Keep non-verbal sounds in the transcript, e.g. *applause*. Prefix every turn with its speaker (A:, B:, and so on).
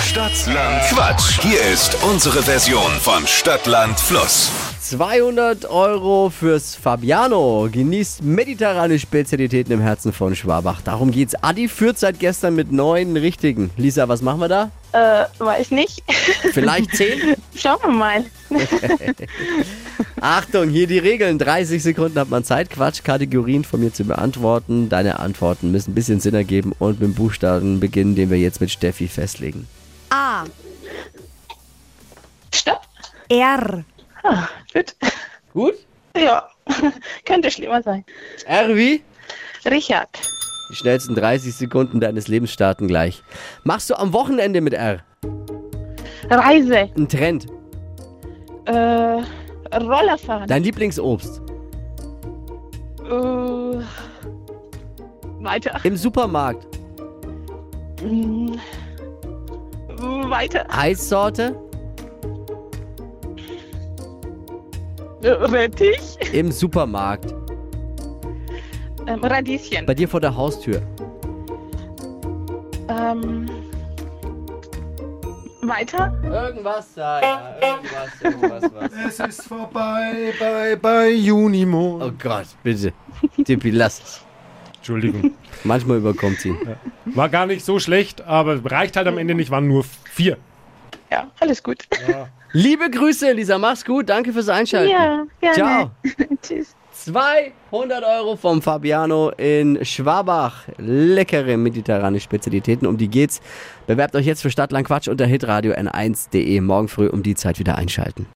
A: Stadtland Quatsch. Hier ist unsere Version von Stadtland Fluss.
B: 200 Euro fürs Fabiano. Genießt mediterrane Spezialitäten im Herzen von Schwabach. Darum geht's. Adi führt seit gestern mit neun richtigen. Lisa, was machen wir da?
C: Äh, weiß nicht. *laughs*
B: Vielleicht zehn?
C: Schauen wir mal.
B: Achtung, hier die Regeln. 30 Sekunden hat man Zeit, Quatschkategorien von mir zu beantworten. Deine Antworten müssen ein bisschen Sinn ergeben und mit dem Buchstaben beginnen, den wir jetzt mit Steffi festlegen.
D: A. E
C: Stopp.
D: R.
C: Ah, gut. *laughs*
B: Gut?
C: Ja, *laughs* könnte schlimmer sein.
B: R wie?
C: Richard.
B: Die schnellsten 30 Sekunden deines Lebens starten gleich. Machst du am Wochenende mit R?
C: Reise.
B: Ein Trend.
C: Äh, Roller fahren.
B: Dein Lieblingsobst.
C: Äh, weiter.
B: Im Supermarkt.
C: Mm, Äh, Weiter.
B: Eissorte.
C: Äh, Rettich.
B: Im Supermarkt.
C: Ähm, Radieschen.
B: Bei dir vor der Haustür.
C: Ähm, weiter.
B: Irgendwas da, ja. Irgendwas, irgendwas, was.
E: Es ist vorbei bei, bei Junimo.
B: Oh Gott, bitte. Tippi, lass es.
E: Entschuldigung.
B: Manchmal überkommt sie.
E: War gar nicht so schlecht, aber reicht halt am Ende nicht, waren nur vier.
C: Ja, alles gut.
B: Liebe Grüße, Lisa. Mach's gut. Danke fürs Einschalten.
C: *laughs* Ja,
B: Ciao.
C: gerne. Tschüss.
B: 200 Euro vom Fabiano in Schwabach. Leckere mediterrane Spezialitäten. Um die geht's. Bewerbt euch jetzt für Stadtland Quatsch unter hitradio n1.de. Morgen früh um die Zeit wieder einschalten.